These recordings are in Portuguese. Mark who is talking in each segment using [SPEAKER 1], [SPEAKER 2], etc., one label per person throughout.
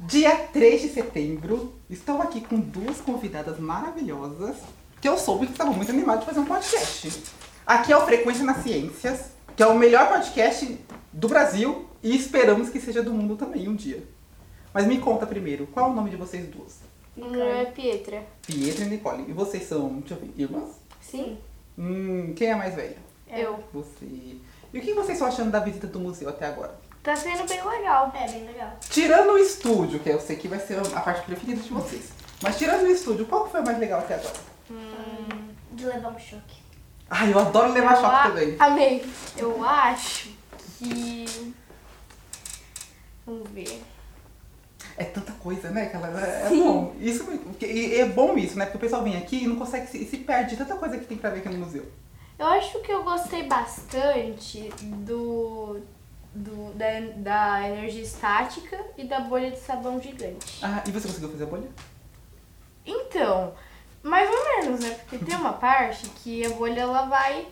[SPEAKER 1] Dia 3 de setembro, estou aqui com duas convidadas maravilhosas que eu soube que estavam muito animadas de fazer um podcast. Aqui é o Frequência nas Ciências, que é o melhor podcast do Brasil e esperamos que seja do mundo também um dia. Mas me conta primeiro, qual é o nome de vocês duas?
[SPEAKER 2] Meu nome é Pietra.
[SPEAKER 1] Pietra e Nicole. E vocês são, deixa eu ver, irmãs?
[SPEAKER 2] Sim.
[SPEAKER 1] Hum, quem é a mais velha?
[SPEAKER 2] Eu.
[SPEAKER 1] Você. E o que vocês estão achando da visita do museu até agora?
[SPEAKER 2] Tá sendo bem legal.
[SPEAKER 3] É, bem legal.
[SPEAKER 1] Tirando o estúdio, que eu sei que vai ser a parte preferida de vocês. Mas tirando o estúdio, qual que foi a mais legal até agora?
[SPEAKER 3] De levar um choque.
[SPEAKER 1] Ai, eu adoro levar
[SPEAKER 2] Eu a-
[SPEAKER 1] choque também.
[SPEAKER 2] Amei. Eu acho que. Vamos ver.
[SPEAKER 1] É tanta coisa, né? Que ela, é bom. Isso, porque- e é bom isso, né? Porque o pessoal vem aqui e não consegue se, se perde tanta coisa que tem pra ver aqui no museu.
[SPEAKER 2] Eu acho que eu gostei bastante do. do da, da energia estática e da bolha de sabão gigante.
[SPEAKER 1] Ah, e você conseguiu fazer a bolha?
[SPEAKER 2] Então, mais ou menos, né? Porque tem uma parte que a bolha ela vai.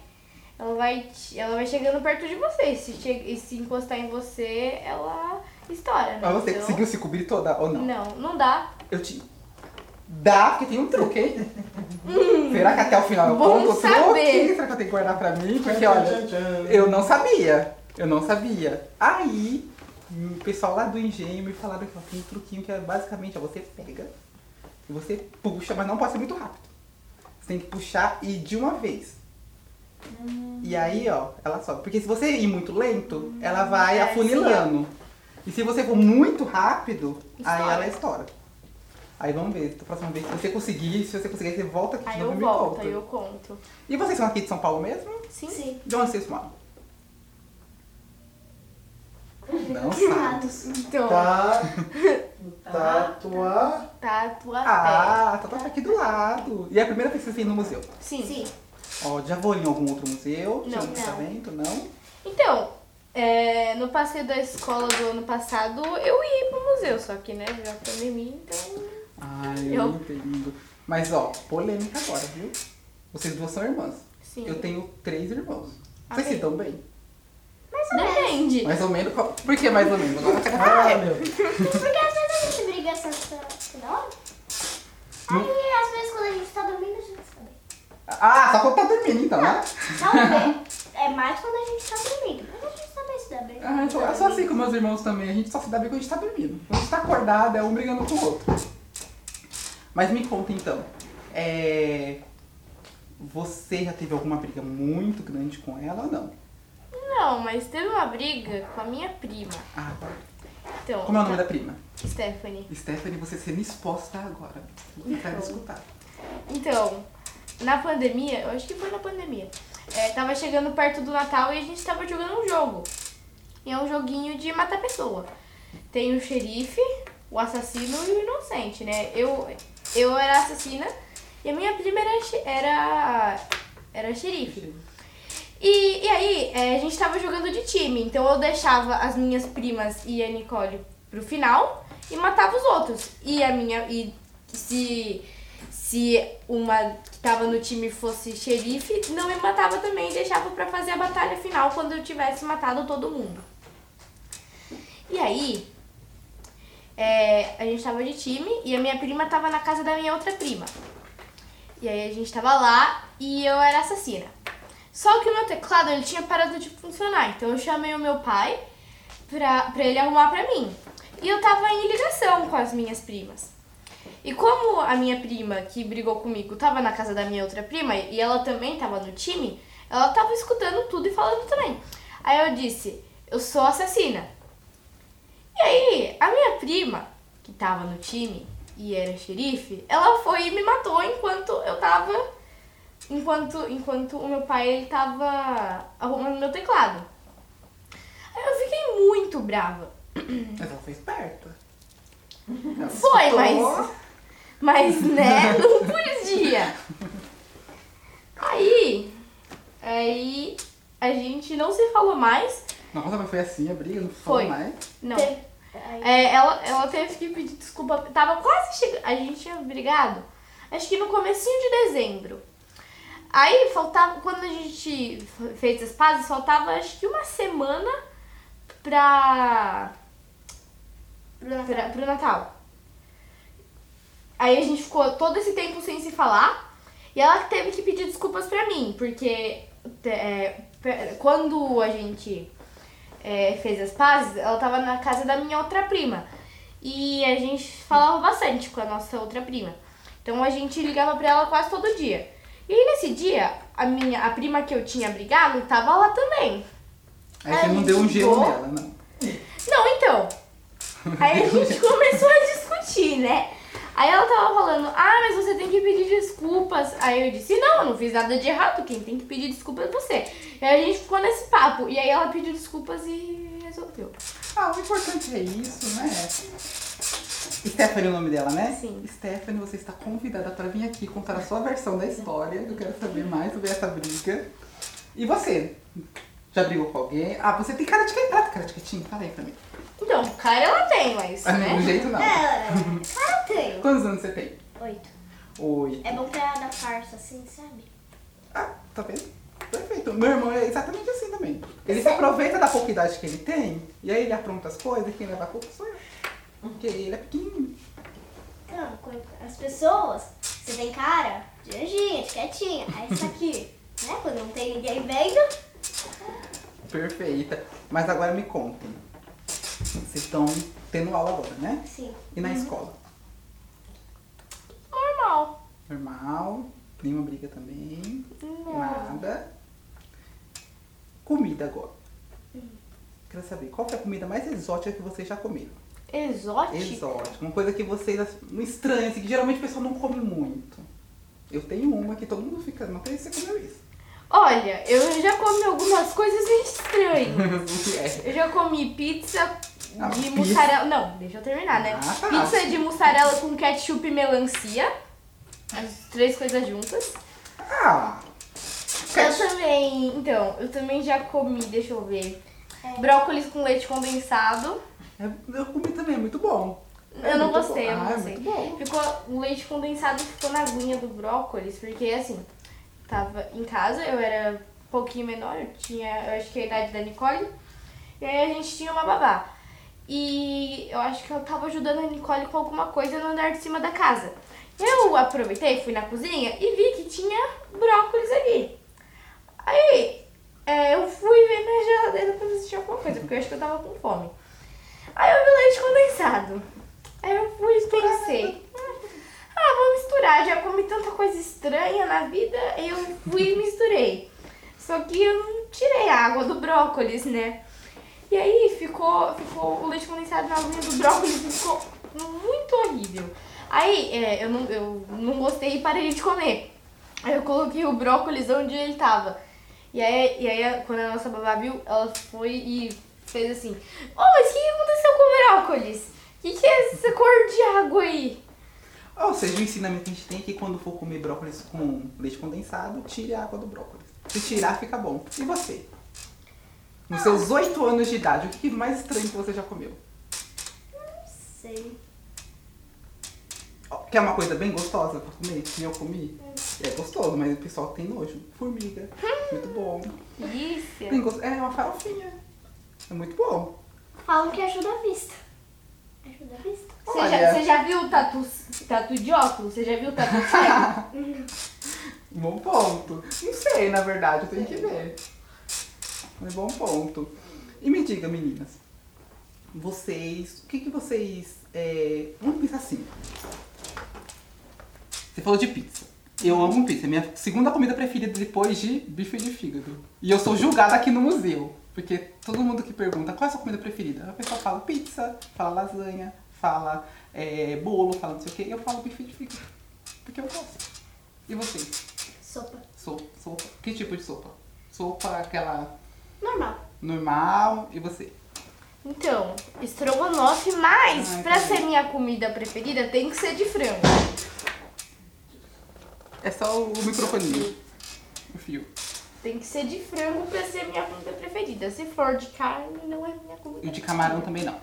[SPEAKER 2] Ela vai, te- ela vai chegando perto de você. E se, che- e se encostar em você, ela estoura, né?
[SPEAKER 1] Mas Ah, você
[SPEAKER 2] Então-
[SPEAKER 1] conseguiu se cobrir toda ou não?
[SPEAKER 2] Não, não dá.
[SPEAKER 1] Eu te. Dá, porque tem um truque, hein? Será que até o final eu
[SPEAKER 2] Hum. bom
[SPEAKER 1] conto o truque?
[SPEAKER 2] saber.
[SPEAKER 1] Será que eu tenho que guardar pra mim? Porque olha, eu não sabia. Eu não sabia. Aí, o pessoal lá do engenho me falaram que ó, tem um truquinho que é basicamente, ó, você pega e você puxa, mas não pode ser muito rápido. Você tem que puxar e de uma vez.
[SPEAKER 2] Hum.
[SPEAKER 1] E aí, ó, ela sobe. Porque se você ir muito lento, ela vai
[SPEAKER 2] é assim, ó.
[SPEAKER 1] afunilando. E se você for muito rápido, aí
[SPEAKER 2] Estoura.
[SPEAKER 1] ela estoura. Aí vamos ver, da próxima vez, se você conseguir, se você conseguir, você volta aqui de
[SPEAKER 2] Aí
[SPEAKER 1] novo
[SPEAKER 2] eu
[SPEAKER 1] e me
[SPEAKER 2] volto,
[SPEAKER 1] volta.
[SPEAKER 2] aí eu conto.
[SPEAKER 1] E vocês são aqui de São Paulo mesmo?
[SPEAKER 2] Sim.
[SPEAKER 3] Sim.
[SPEAKER 1] De onde vocês moram? Não sabe.
[SPEAKER 3] Queimados.
[SPEAKER 2] Então, tá.
[SPEAKER 4] Tá. Tatuar.
[SPEAKER 2] Tatuapé.
[SPEAKER 1] Ah, tá, tá aqui do lado. E é a primeira vez que vocês vêm no museu?
[SPEAKER 2] Sim.
[SPEAKER 3] Sim.
[SPEAKER 1] Ó, já vou em algum outro museu?
[SPEAKER 2] Não,
[SPEAKER 1] Tinha um
[SPEAKER 2] não.
[SPEAKER 1] pensamento? Não?
[SPEAKER 2] Então, é, no passeio da escola do ano passado, eu ia pro museu, só que, né, já pandemia, então...
[SPEAKER 1] Ai, eu
[SPEAKER 2] Eu-
[SPEAKER 1] entendo. Mas ó, polêmica agora, viu? Vocês duas são irmãs.
[SPEAKER 2] Sim.
[SPEAKER 1] Eu tenho três irmãos. Vocês
[SPEAKER 2] Amém.
[SPEAKER 1] se dão bem?
[SPEAKER 2] Depende.
[SPEAKER 1] Mais ou menos. qual- Por que mais ou menos? Agora eu quero
[SPEAKER 4] Ah,
[SPEAKER 1] saber.
[SPEAKER 4] meu.
[SPEAKER 3] Porque às vezes a gente briga assim toda hora. Aí às vezes quando a gente tá dormindo, a gente se bem.
[SPEAKER 1] Ah, só quando tá dormindo então, né?
[SPEAKER 3] Talvez. é mais quando a gente tá dormindo. Mas a gente também se dá bem.
[SPEAKER 1] Ah, então é só assim com meus irmãos também. A gente só se dá bem quando a gente tá dormindo. Quando a gente tá acordado, é um brigando com o outro. Mas me conta então. É... Você já teve alguma briga muito grande com ela ou não?
[SPEAKER 2] Não, mas teve uma briga com a minha prima.
[SPEAKER 1] Ah, tá.
[SPEAKER 2] Então,
[SPEAKER 1] Como é o nome da prima?
[SPEAKER 2] Stephanie.
[SPEAKER 1] Stephanie, você sendo exposta agora. Não quero escutar.
[SPEAKER 2] Então, na pandemia, eu acho que foi na pandemia, é, tava chegando perto do Natal e a gente tava jogando um jogo. E é um joguinho de matar pessoa. Tem o xerife, o assassino e o inocente, né? Eu, eu era assassina e a minha prima era, xe- era, era xerife. E, e aí, é, a gente tava jogando de time, então eu deixava as minhas primas e a Nicole pro final e matava os outros. E a minha. E se, se uma que tava no time fosse xerife, não me matava também e deixava pra fazer a batalha final quando eu tivesse matado todo mundo. E aí, é, a gente tava de time e a minha prima tava na casa da minha outra prima. E aí a gente tava lá e eu era assassina. Só que o meu teclado ele tinha parado de funcionar, então eu chamei o meu pai pra, pra ele arrumar pra mim. E eu tava em ligação com as minhas primas. E como a minha prima que brigou comigo tava na casa da minha outra prima e ela também tava no time, ela tava escutando tudo e falando também. Aí eu disse: Eu sou assassina. E aí, a minha prima, que tava no time e era xerife, ela foi e me matou enquanto eu tava. Enquanto, enquanto o meu pai ele tava arrumando meu teclado. Aí eu fiquei muito brava.
[SPEAKER 1] Mas ela foi esperta. Ela
[SPEAKER 2] Foi,
[SPEAKER 1] escutou.
[SPEAKER 2] mas. Mas, né? Não podia. Aí. Aí. A gente não se falou mais.
[SPEAKER 1] Nossa, mas foi assim a briga? Não foi
[SPEAKER 2] Foi.
[SPEAKER 1] mais?
[SPEAKER 2] Não.
[SPEAKER 3] Teve- Aí,
[SPEAKER 2] É, ela, ela teve que pedir desculpa. Tava quase chegando. A gente tinha brigado. acho que no comecinho de dezembro. Aí faltava, quando a gente fez as pazes, faltava acho que uma semana pra, pra, pro Natal. Aí a gente ficou todo esse tempo sem se falar. E ela teve que pedir desculpas pra mim, porque é, pe- quando a gente é, fez as pazes, ela tava na casa da minha outra prima. E a gente falava bastante com a nossa outra prima. Então a gente ligava pra ela quase todo dia. E aí nesse dia, a minha a prima que eu tinha brigado tava lá também.
[SPEAKER 1] Aí você
[SPEAKER 2] Ai,
[SPEAKER 1] não deu um gelo
[SPEAKER 2] ligou?
[SPEAKER 1] nela, não.
[SPEAKER 2] Não, então. Aí a gente começou a discutir, né? Aí ela tava falando, ah, mas você tem que pedir desculpas. Aí eu disse, não, eu não fiz nada de errado, quem tem que pedir desculpas é você. E aí a gente ficou nesse papo. E aí ela pediu desculpas e resolveu.
[SPEAKER 1] Ah, o importante é isso, né? Stephanie é o nome dela, né?
[SPEAKER 2] Sim.
[SPEAKER 1] Stephanie, você está convidada para vir aqui contar a sua versão da história. Eu quero saber mais sobre essa briga. E você? Já brigou com alguém? Ah, você tem cara de quietinho. Ah, tem cara de quietinho? Fala aí pra mim.
[SPEAKER 2] Então, cara ela tem, mas,
[SPEAKER 1] Ah, não, do
[SPEAKER 2] né?
[SPEAKER 1] jeito não.
[SPEAKER 3] É, cara, eu tenho.
[SPEAKER 1] Quantos anos você tem?
[SPEAKER 3] Oito.
[SPEAKER 1] Oi.
[SPEAKER 3] É bom que é da farsa, assim, sabe?
[SPEAKER 1] Ah, tá vendo? Perfeito. Meu irmão é exatamente assim também. Ele se aproveita da pouca idade que ele tem, e aí ele apronta as coisas, e quem leva a culpa sou eu. Porque ele é pequenininho.
[SPEAKER 3] Então, quando- as pessoas, você tem cara de anjinha, de quietinha. Aí isso aqui, né? Quando não tem ninguém vendo,
[SPEAKER 1] Perfeita. Mas agora me contem. Vocês estão tendo aula agora, né?
[SPEAKER 3] assim.
[SPEAKER 1] E
[SPEAKER 2] Uhum.
[SPEAKER 1] na escola?
[SPEAKER 2] Normal.
[SPEAKER 1] Normal. Nenhuma briga também.
[SPEAKER 2] Não.
[SPEAKER 1] Nada. Comida agora. Quero saber, qual foi a comida mais exótica que vocês já comeram?
[SPEAKER 2] Exótico.
[SPEAKER 1] Exótica. Uma coisa que vocês não estranha, assim, que geralmente o pessoal não come muito. Eu tenho uma que todo mundo fica, não tem você comeu isso.
[SPEAKER 2] Olha, eu já comi algumas coisas estranhas.
[SPEAKER 1] o que é?
[SPEAKER 2] Eu já comi pizza
[SPEAKER 1] Ah,
[SPEAKER 2] de
[SPEAKER 1] pizza.
[SPEAKER 2] mussarela. Não, deixa eu terminar, né?
[SPEAKER 1] Ah, tá.
[SPEAKER 2] Pizza de mussarela com ketchup e melancia. As três coisas juntas.
[SPEAKER 1] Ah!
[SPEAKER 2] Eu também. Então, eu também já comi, deixa eu ver.
[SPEAKER 3] É.
[SPEAKER 2] Brócolis com leite condensado.
[SPEAKER 1] é- Eu comi também, é muito bom. É
[SPEAKER 2] eu não
[SPEAKER 1] muito
[SPEAKER 2] gostei,
[SPEAKER 1] bom.
[SPEAKER 2] eu não
[SPEAKER 1] Ah, é
[SPEAKER 2] gostei.
[SPEAKER 1] muito bom.
[SPEAKER 2] Ficou o leite condensado ficou na aguinha do brócolis, porque assim, tava em casa, eu era um pouquinho menor, eu tinha, eu acho que é a idade da Nicole, e aí a gente tinha uma babá. E eu acho que eu tava ajudando a Nicole com alguma coisa no andar de cima da casa. Eu aproveitei, fui na cozinha e vi que tinha brócolis ali. Aí é, eu fui ver na geladeira pra ver se tinha alguma coisa, porque eu acho que eu tava com fome. Aí eu vi o leite condensado. Aí eu fui e pensei. Ah, vou misturar, já comi tanta coisa estranha na vida, eu fui e misturei. Só que eu não tirei a água do brócolis, né? E aí ficou, ficou o leite condensado na unha do brócolis e ficou muito horrível. Aí é, eu, não, eu não gostei e parei de comer. Aí eu coloquei o brócolis onde ele tava. E aí, e aí quando a nossa babá viu, ela foi e fez assim: Ô, mas o que que aconteceu com o brócolis? O que, que é essa cor de água aí?
[SPEAKER 1] Ou seja, o ensinamento que a gente tem é que quando for comer brócolis com leite condensado, tire a água do brócolis. Se tirar, fica bom. E você? Nos seus oito anos de idade, o que que mais estranho que você já comeu?
[SPEAKER 3] Sei.
[SPEAKER 1] Ó, Quer uma coisa bem gostosa pra comer? Que eu comi? É gostoso, mas o pessoal tem nojo. Formiga. Muito bom.
[SPEAKER 2] Delícia.
[SPEAKER 1] Tem gosto- É uma farofinha. É muito bom.
[SPEAKER 3] Falam que ajuda a vista. Ajuda a vista?
[SPEAKER 2] Você já,
[SPEAKER 1] Olha.
[SPEAKER 2] você já viu o tatu, tatu de óculos? Você já viu o tatu cego?
[SPEAKER 1] Bom ponto. Não sei, na verdade, tem que ver. Mas bom ponto. E me diga, meninas, vocês. O que, que vocês. é, vamos pensar assim. Você falou de pizza. Eu amo pizza. É minha segunda comida preferida depois de bife de fígado. E eu sou julgada aqui no museu. Porque todo mundo que pergunta qual é a sua comida preferida, a pessoa fala pizza, fala lasanha, fala é, bolo, fala não sei o quê. Eu falo bife de fígado. Porque eu gosto. E vocês?
[SPEAKER 3] Sopa.
[SPEAKER 1] So- Sopa. Que tipo de sopa? Sopa aquela
[SPEAKER 3] Normal.
[SPEAKER 1] normal e você?
[SPEAKER 2] Então, estrogonofe, mas
[SPEAKER 1] Ai,
[SPEAKER 2] pra
[SPEAKER 1] que
[SPEAKER 2] ser minha comida preferida tem que ser de frango.
[SPEAKER 1] É só o microfone. O fio.
[SPEAKER 2] Tem que ser de frango pra ser minha comida preferida. Se for de carne, não é minha comida
[SPEAKER 1] E o de
[SPEAKER 2] preferida.
[SPEAKER 1] camarão também não.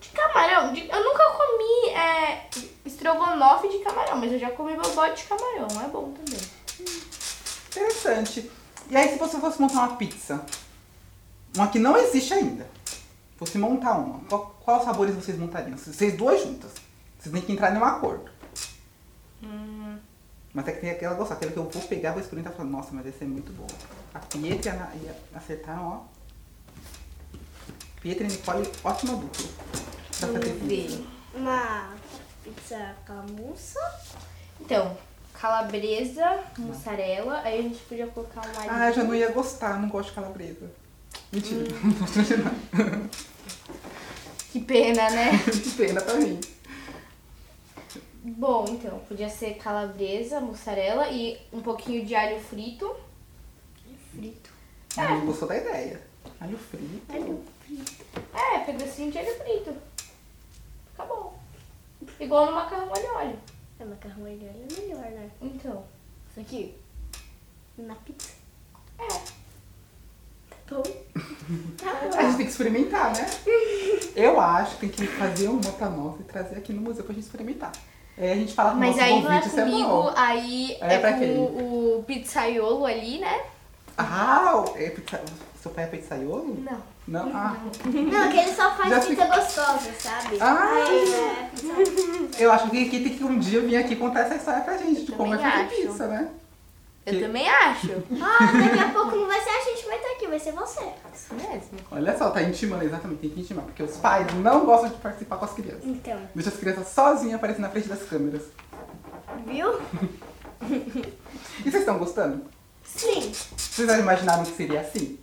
[SPEAKER 3] De
[SPEAKER 2] Camarão, de- eu nunca comi é, estrogonofe de camarão, mas eu já comi bobó de camarão, é bom também.
[SPEAKER 1] Interessante. E aí, se você fosse montar uma pizza, uma que não existe ainda, fosse montar uma, qual, qual sabores vocês montariam? Vocês duas juntas. Vocês têm que entrar em um acordo. Mas é que tem aquela gostar, aquela que eu vou pegar, vou experimentar e falar, nossa, mas essa é muito boa. A Pietra e a Na- e a- acertaram, ó. Pietra e Nicole, ótima dupla. Pra fazer
[SPEAKER 2] Hum.
[SPEAKER 1] pizza.
[SPEAKER 3] Uma pizza com a mousse.
[SPEAKER 2] Então, calabresa, mussarela, aí a gente podia colocar um alho.
[SPEAKER 1] Ah, eu já não ia gostar, não gosto de calabresa. Mentira, não posso imaginar.
[SPEAKER 2] Que pena, né?
[SPEAKER 1] Que pena pra mim.
[SPEAKER 2] Bom, então, podia ser calabresa, mussarela e um pouquinho de alho frito.
[SPEAKER 3] Frito.
[SPEAKER 1] Ah, não gostou da ideia. Alho frito.
[SPEAKER 2] É, pedacinho de alho frito. Fica bom. Igual no macarrão alho e óleo.
[SPEAKER 3] É macarrão olho é melhor, né?
[SPEAKER 2] Então,
[SPEAKER 3] Isso aqui. Na pizza. Tá
[SPEAKER 2] é.
[SPEAKER 3] Pão.
[SPEAKER 1] A gente tem que experimentar, né? Eu acho que tem que fazer uma pra nós e trazer aqui no museu pra gente experimentar. É, a gente fala com o
[SPEAKER 2] Mas
[SPEAKER 1] nosso
[SPEAKER 2] aí não é
[SPEAKER 1] convite, isso é
[SPEAKER 2] comigo,
[SPEAKER 1] bom.
[SPEAKER 2] aí
[SPEAKER 1] É
[SPEAKER 2] é,
[SPEAKER 1] pra quem?
[SPEAKER 2] com o, o pizzaiolo ali, né?
[SPEAKER 1] Ah, o- é pizza... seu pai é pizzaiolo?
[SPEAKER 2] Não.
[SPEAKER 1] Não? Ah,
[SPEAKER 3] Não, que ele só faz
[SPEAKER 1] Já
[SPEAKER 3] pizza gostosa, sabe?
[SPEAKER 1] Ah.
[SPEAKER 3] Aí, né?
[SPEAKER 1] eu acho que aqui tem que um dia vir aqui contar essa história pra gente, de
[SPEAKER 2] Eu
[SPEAKER 1] como é
[SPEAKER 2] também
[SPEAKER 1] fazer
[SPEAKER 2] acho.
[SPEAKER 1] pizza, né?
[SPEAKER 2] Eu
[SPEAKER 1] Que-
[SPEAKER 2] também acho.
[SPEAKER 3] Ó, Ah, daqui a pouco não vai ser a gente que vai estar aqui, vai ser você.
[SPEAKER 2] Isso mesmo.
[SPEAKER 1] Olha só, tá intimando, exatamente, tem que intimar, porque os pais não gostam de participar com as crianças.
[SPEAKER 3] Então,
[SPEAKER 1] Deixa as crianças sozinhas aparecendo na frente das câmeras.
[SPEAKER 3] viu?
[SPEAKER 1] E vocês estão gostando?
[SPEAKER 3] Sim.
[SPEAKER 1] Vocês já imaginaram que seria assim?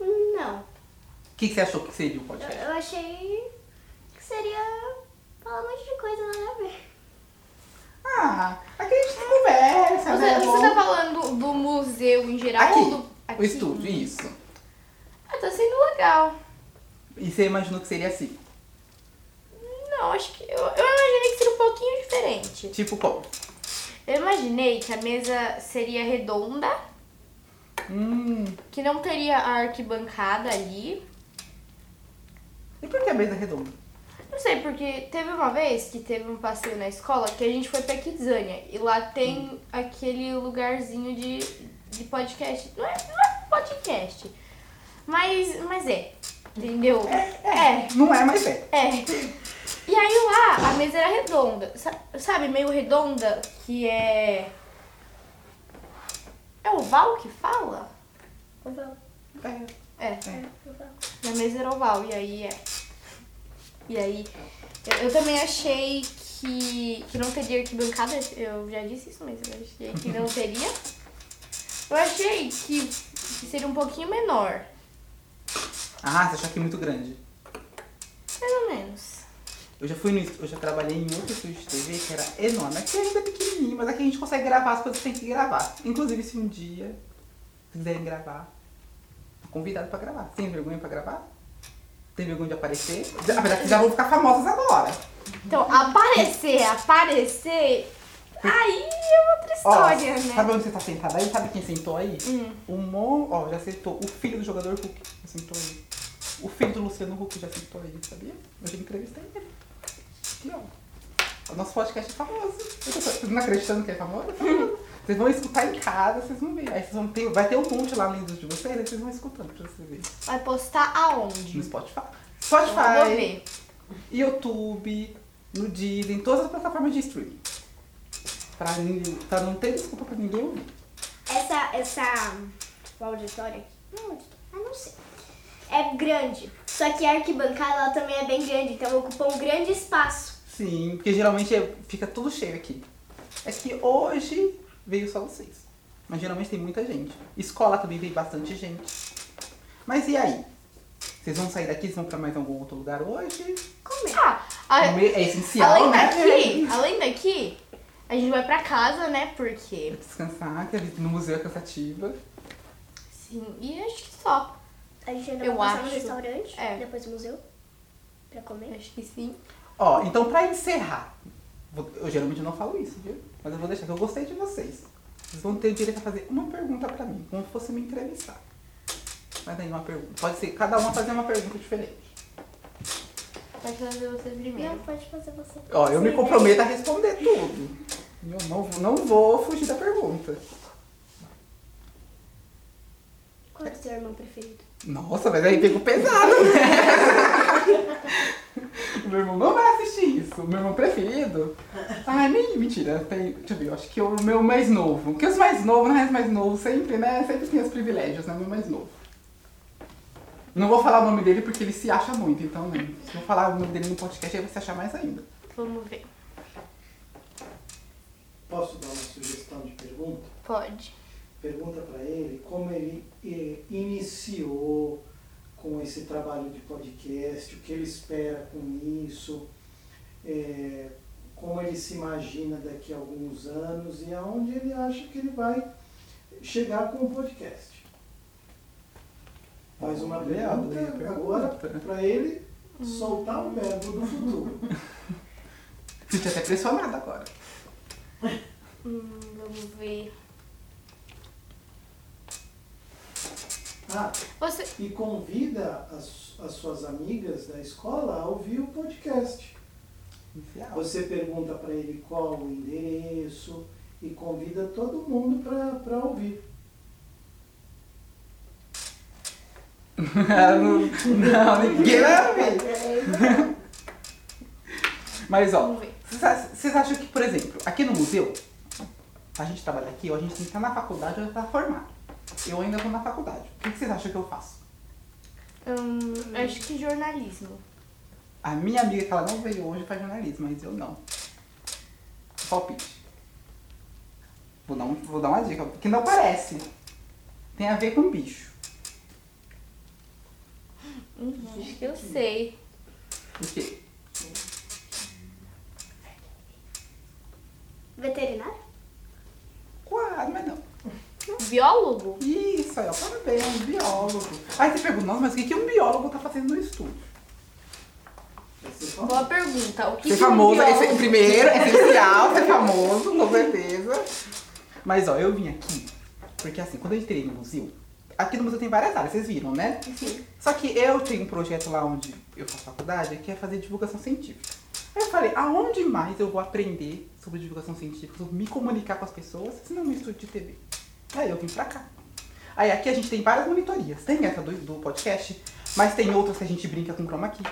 [SPEAKER 3] Não.
[SPEAKER 1] O que, que você achou que seria o podcast?
[SPEAKER 3] Eu, eu achei que seria falar um monte de coisa nada a ver.
[SPEAKER 1] Ah, aqui a gente conversa,
[SPEAKER 2] Você,
[SPEAKER 1] né?
[SPEAKER 2] você tá falando do museu em geral ou
[SPEAKER 1] Aqui,
[SPEAKER 2] do.
[SPEAKER 1] o estúdio, isso.
[SPEAKER 2] Ah, tá sendo legal.
[SPEAKER 1] E você imaginou que seria assim?
[SPEAKER 2] Não, acho que. Eu, eu imaginei que seria um pouquinho diferente.
[SPEAKER 1] Tipo como?
[SPEAKER 2] Eu imaginei que a mesa seria redonda,
[SPEAKER 1] Hum,
[SPEAKER 2] que não teria a arquibancada ali.
[SPEAKER 1] e por que a mesa é redonda?
[SPEAKER 2] Não sei, porque teve uma vez que teve um passeio na escola que a gente foi pra Kidzania. E lá tem aquele lugarzinho de, de podcast. Não é, não é podcast, mas, mas é. Entendeu? É,
[SPEAKER 1] Não é, mas é.
[SPEAKER 2] é. E aí lá, a mesa era redonda. sa- Sabe, meio redonda, que é... É o Val que fala?
[SPEAKER 3] Oval.
[SPEAKER 1] É.
[SPEAKER 2] É.
[SPEAKER 3] Oval.
[SPEAKER 2] Minha mesa era oval, e aí é. E aí, eu, eu também achei que, que não teria arquibancada, eu já disse isso mesmo, eu achei que não teria. Eu achei que, que seria um pouquinho menor,
[SPEAKER 1] Ah, você achou que é muito grande.
[SPEAKER 2] mais ou menos.
[SPEAKER 1] Eu já fui no estúdio, eu já trabalhei em outro estúdio de TV que era enorme. Aqui ainda é pequenininho, mas aqui a gente consegue gravar as coisas que tem que gravar. Inclusive, se um dia quiserem gravar, tô convidado pra gravar. Tem vergonha pra gravar? Tem vergonha de aparecer? Já- Apesar que já vão ficar famosas agora.
[SPEAKER 2] Então, aparecer, aparecer, aí é outra
[SPEAKER 1] Ó,
[SPEAKER 2] história, né?
[SPEAKER 1] Sabe onde você tá sentada aí? Sabe quem sentou aí?
[SPEAKER 2] Hum.
[SPEAKER 1] O Mon. Ó, já sentou. O filho do jogador Hulk já sentou aí. O filho do Luciano Huck já sentou aí, sabia? Eu já entrevistei ele. Aqui, ó. O nosso podcast é famoso. Eu tô- Vocês não acreditando que é famoso? É famoso. Vocês vão escutar em casa, vocês vão ver. Aí vocês vão ter, vai ter um monte lá lindo de vocês, aí vocês vão escutando pra vocês verem.
[SPEAKER 2] Vai postar aonde? Então,
[SPEAKER 1] No Spotify.
[SPEAKER 2] Eu vou
[SPEAKER 1] Spotify,
[SPEAKER 2] ver.
[SPEAKER 1] YouTube, no Deezer, em todas as plataformas de streaming. Pra, ninguém- pra não ter desculpa pra ninguém ouvir.
[SPEAKER 3] Essa, essa o auditório aqui. Não, auditório, ah, não sei. É grande. Só que a arquibancada ela também é bem grande, então ocupa um grande espaço.
[SPEAKER 1] Sim, porque geralmente é- fica tudo cheio aqui. É que hoje veio só vocês. Mas geralmente tem muita gente. Escola também veio bastante gente. Mas e aí? Vocês vão sair daqui? Vocês vão pra mais algum outro lugar hoje?
[SPEAKER 3] Comer.
[SPEAKER 2] Ah, a-
[SPEAKER 1] Comer é essencial,
[SPEAKER 2] além
[SPEAKER 1] né?
[SPEAKER 2] daqui, além daqui, a gente vai pra casa, né, porque...
[SPEAKER 1] Descansar, que a vida no museu é cansativa.
[SPEAKER 2] Sim, e acho que só.
[SPEAKER 3] A gente ainda
[SPEAKER 2] Eu
[SPEAKER 3] vai passar no
[SPEAKER 2] acho.
[SPEAKER 3] restaurante,
[SPEAKER 2] É.
[SPEAKER 3] depois no museu, pra comer.
[SPEAKER 2] Acho que sim.
[SPEAKER 1] Ó, então pra encerrar, vou- eu geralmente não falo isso, viu? Mas eu vou deixar que eu gostei de vocês. Vocês vão ter o direito a fazer uma pergunta pra mim, como se fosse me entrevistar. Mas aí uma pergunta. Pode ser cada uma fazer uma pergunta diferente.
[SPEAKER 2] Pode fazer você primeiro.
[SPEAKER 3] Não, pode fazer você.
[SPEAKER 1] Ó, eu me
[SPEAKER 3] Sim,
[SPEAKER 1] comprometo a responder tudo. Eu não, vou- não vou fugir da pergunta.
[SPEAKER 3] né? Qual é o seu irmão preferido?
[SPEAKER 1] Nossa, mas aí pegou pesado, né? Meu irmão não vai assistir isso. Meu irmão preferido. Ah, nem mentira. Tem, deixa eu ver, eu acho que é o meu mais novo. Porque os mais novos, né? Os mais novos sempre, né? Sempre tem os privilégios, né? Meu mais novo. Não vou falar o nome dele porque ele se acha muito, então, né? Se eu falar o nome dele no podcast, aí vai se achar mais ainda.
[SPEAKER 2] Vamos ver.
[SPEAKER 4] Posso dar uma sugestão de pergunta?
[SPEAKER 2] Pode.
[SPEAKER 4] Pergunta para ele como ele eh, iniciou com esse trabalho de podcast, o que ele espera com isso, eh, como ele se imagina daqui a alguns anos e aonde ele acha que ele vai chegar com o podcast.
[SPEAKER 1] Tá
[SPEAKER 4] Mais uma
[SPEAKER 1] Olha,
[SPEAKER 4] pergunta
[SPEAKER 1] olha a pergunta.
[SPEAKER 4] agora para ele soltar o verbo do futuro.
[SPEAKER 1] Senti até pressionada agora.
[SPEAKER 2] Hum, vamos ver.
[SPEAKER 4] Ah,
[SPEAKER 2] Você.
[SPEAKER 4] e convida as, as suas amigas da escola a ouvir o podcast.
[SPEAKER 1] Inicial.
[SPEAKER 4] Você pergunta para ele qual o endereço e convida todo mundo para ouvir.
[SPEAKER 1] Ah, não, não, ninguém vai ver. Mas ó,
[SPEAKER 2] Vamos ver.
[SPEAKER 1] vocês ach- vocês acham que, por exemplo, aqui no museu, a gente trabalha aqui, ou a gente tem que estar na faculdade ou tá formado. Eu ainda vou na faculdade. O que que vocês acham que eu faço?
[SPEAKER 2] Hum, acho que jornalismo.
[SPEAKER 1] A minha amiga que ela não veio hoje faz jornalismo, mas eu não. Palpite. Vou dar, um- vou dar uma dica, que não parece. Tem a ver com bicho.
[SPEAKER 2] Hum, acho que eu sei.
[SPEAKER 1] O quê?
[SPEAKER 3] Veterinário?
[SPEAKER 1] Quase, mas não.
[SPEAKER 2] Biólogo?
[SPEAKER 1] Isso aí, ó, parabéns, um biólogo. Aí você pergunta, nossa, mas o que, que um biólogo tá fazendo no estúdio?
[SPEAKER 4] Vai ser só-
[SPEAKER 2] Boa pergunta. O que
[SPEAKER 1] Ser
[SPEAKER 2] que um
[SPEAKER 1] é famoso,
[SPEAKER 2] biólogo-
[SPEAKER 1] esse, primeiro, é essencial ser famoso, com certeza. Mas ó, eu vim aqui, porque assim, quando eu entrei no museu, aqui no museu tem várias áreas, vocês viram, né?
[SPEAKER 3] Sim.
[SPEAKER 1] Só que eu tenho um projeto lá onde eu faço faculdade, que é fazer divulgação científica. Aí eu falei, aonde mais eu vou aprender sobre divulgação científica, sobre me comunicar com as pessoas, se não no estúdio de TV? Aí eu vim pra cá. Aí aqui a gente tem várias monitorias. Tem essa do, do podcast, mas tem outras que a gente brinca com chroma key.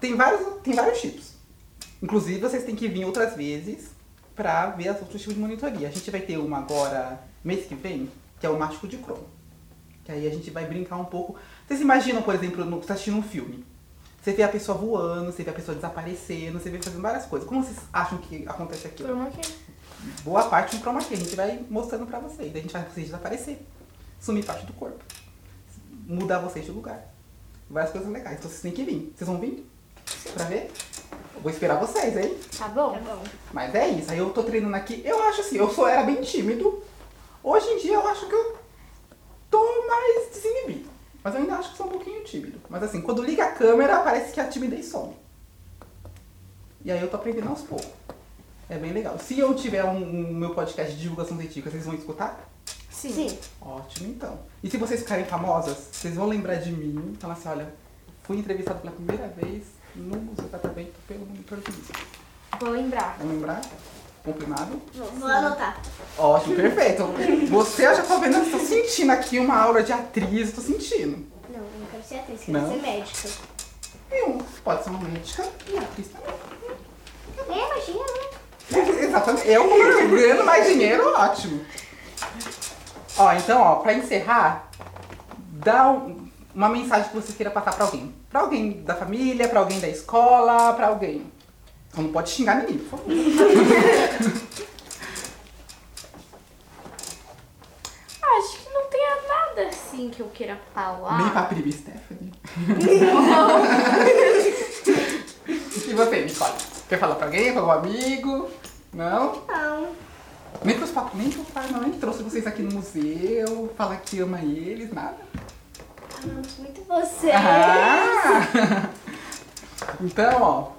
[SPEAKER 1] Tem vários, tem vários tipos. Inclusive, vocês têm que vir outras vezes pra ver as outros tipos de monitoria. A gente vai ter uma agora, mês que vem, que é o mágico de chroma. Que aí a gente vai brincar um pouco. Vocês imaginam, por exemplo, no, você tá assistindo um filme. Você vê a pessoa voando, você vê a pessoa desaparecendo, você vê fazendo várias coisas. Como vocês acham que acontece aqui?
[SPEAKER 2] Chroma key.
[SPEAKER 1] boa parte do chroma key. A gente vai mostrando pra vocês. A gente vai vocês desaparecer, sumir parte do corpo, mudar vocês de lugar. Várias coisas legais. Então vocês têm que vir. Vocês vão vir? Pra ver? Eu vou esperar vocês, hein?
[SPEAKER 2] Tá bom?
[SPEAKER 3] Tá bom.
[SPEAKER 1] Mas é isso. Aí eu tô treinando aqui. Eu acho assim, eu só era bem tímido. Hoje em dia eu acho que eu tô mais desinibido. Mas eu ainda acho que sou um pouquinho tímido. Mas assim, quando liga a câmera, parece que a timidez some. E aí eu tô aprendendo aos poucos. É bem legal. Se eu tiver um, um meu podcast de divulgação científica, vocês vão escutar?
[SPEAKER 2] Sim.
[SPEAKER 1] Ótimo, então. E se vocês ficarem famosas, vocês vão lembrar de mim. Falar assim, olha, fui entrevistado pela primeira vez no Museu Catavento pelo monitor do Museu.
[SPEAKER 2] Vou lembrar.
[SPEAKER 1] Vão lembrar? Comprimado?
[SPEAKER 3] Vou, vou anotar.
[SPEAKER 1] Ótimo, perfeito. Você, eu já tô vendo, eu tô sentindo aqui uma aura de atriz, eu tô sentindo.
[SPEAKER 3] Não, eu não quero ser atriz, quero
[SPEAKER 1] Não?
[SPEAKER 3] ser médica.
[SPEAKER 1] E um, pode ser uma médica e atriz também.
[SPEAKER 3] É, imagina, né?
[SPEAKER 1] É, Exatamente. Eu como ganhando mais dinheiro, ótimo. Ó, então, ó, pra encerrar, dá um- uma mensagem que você queira passar pra alguém. Pra alguém da família, pra alguém da escola, pra alguém. Então não pode xingar ninguém, por favor.
[SPEAKER 2] Acho que não tem nada assim que eu queira
[SPEAKER 1] Nem pra
[SPEAKER 2] falar.
[SPEAKER 1] prima Stephanie. e você, Nicole? Quer falar pra alguém, pra algum amigo? Não?
[SPEAKER 3] Não.
[SPEAKER 1] Nem pros pa- nem pro pai, não. Nem trouxe vocês aqui no museu, falar que ama eles, nada.
[SPEAKER 3] Amamos Tá muito você.
[SPEAKER 1] Ah! Então, ó,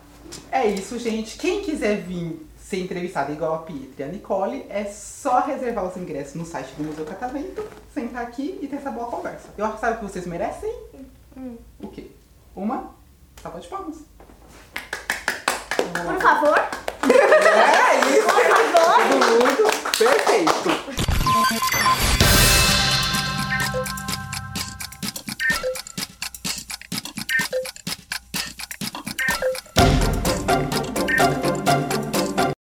[SPEAKER 1] é isso, gente. Quem quiser vir ser entrevistada igual a Pietra e a Nicole, é só reservar os ingressos no site do Museu Catavento, sentar aqui e ter essa boa conversa. Eu acho que sabe o que vocês merecem? O quê? Uma salva de palmas.
[SPEAKER 2] Por favor,
[SPEAKER 5] É isso.
[SPEAKER 2] por favor.
[SPEAKER 5] Todo mundo.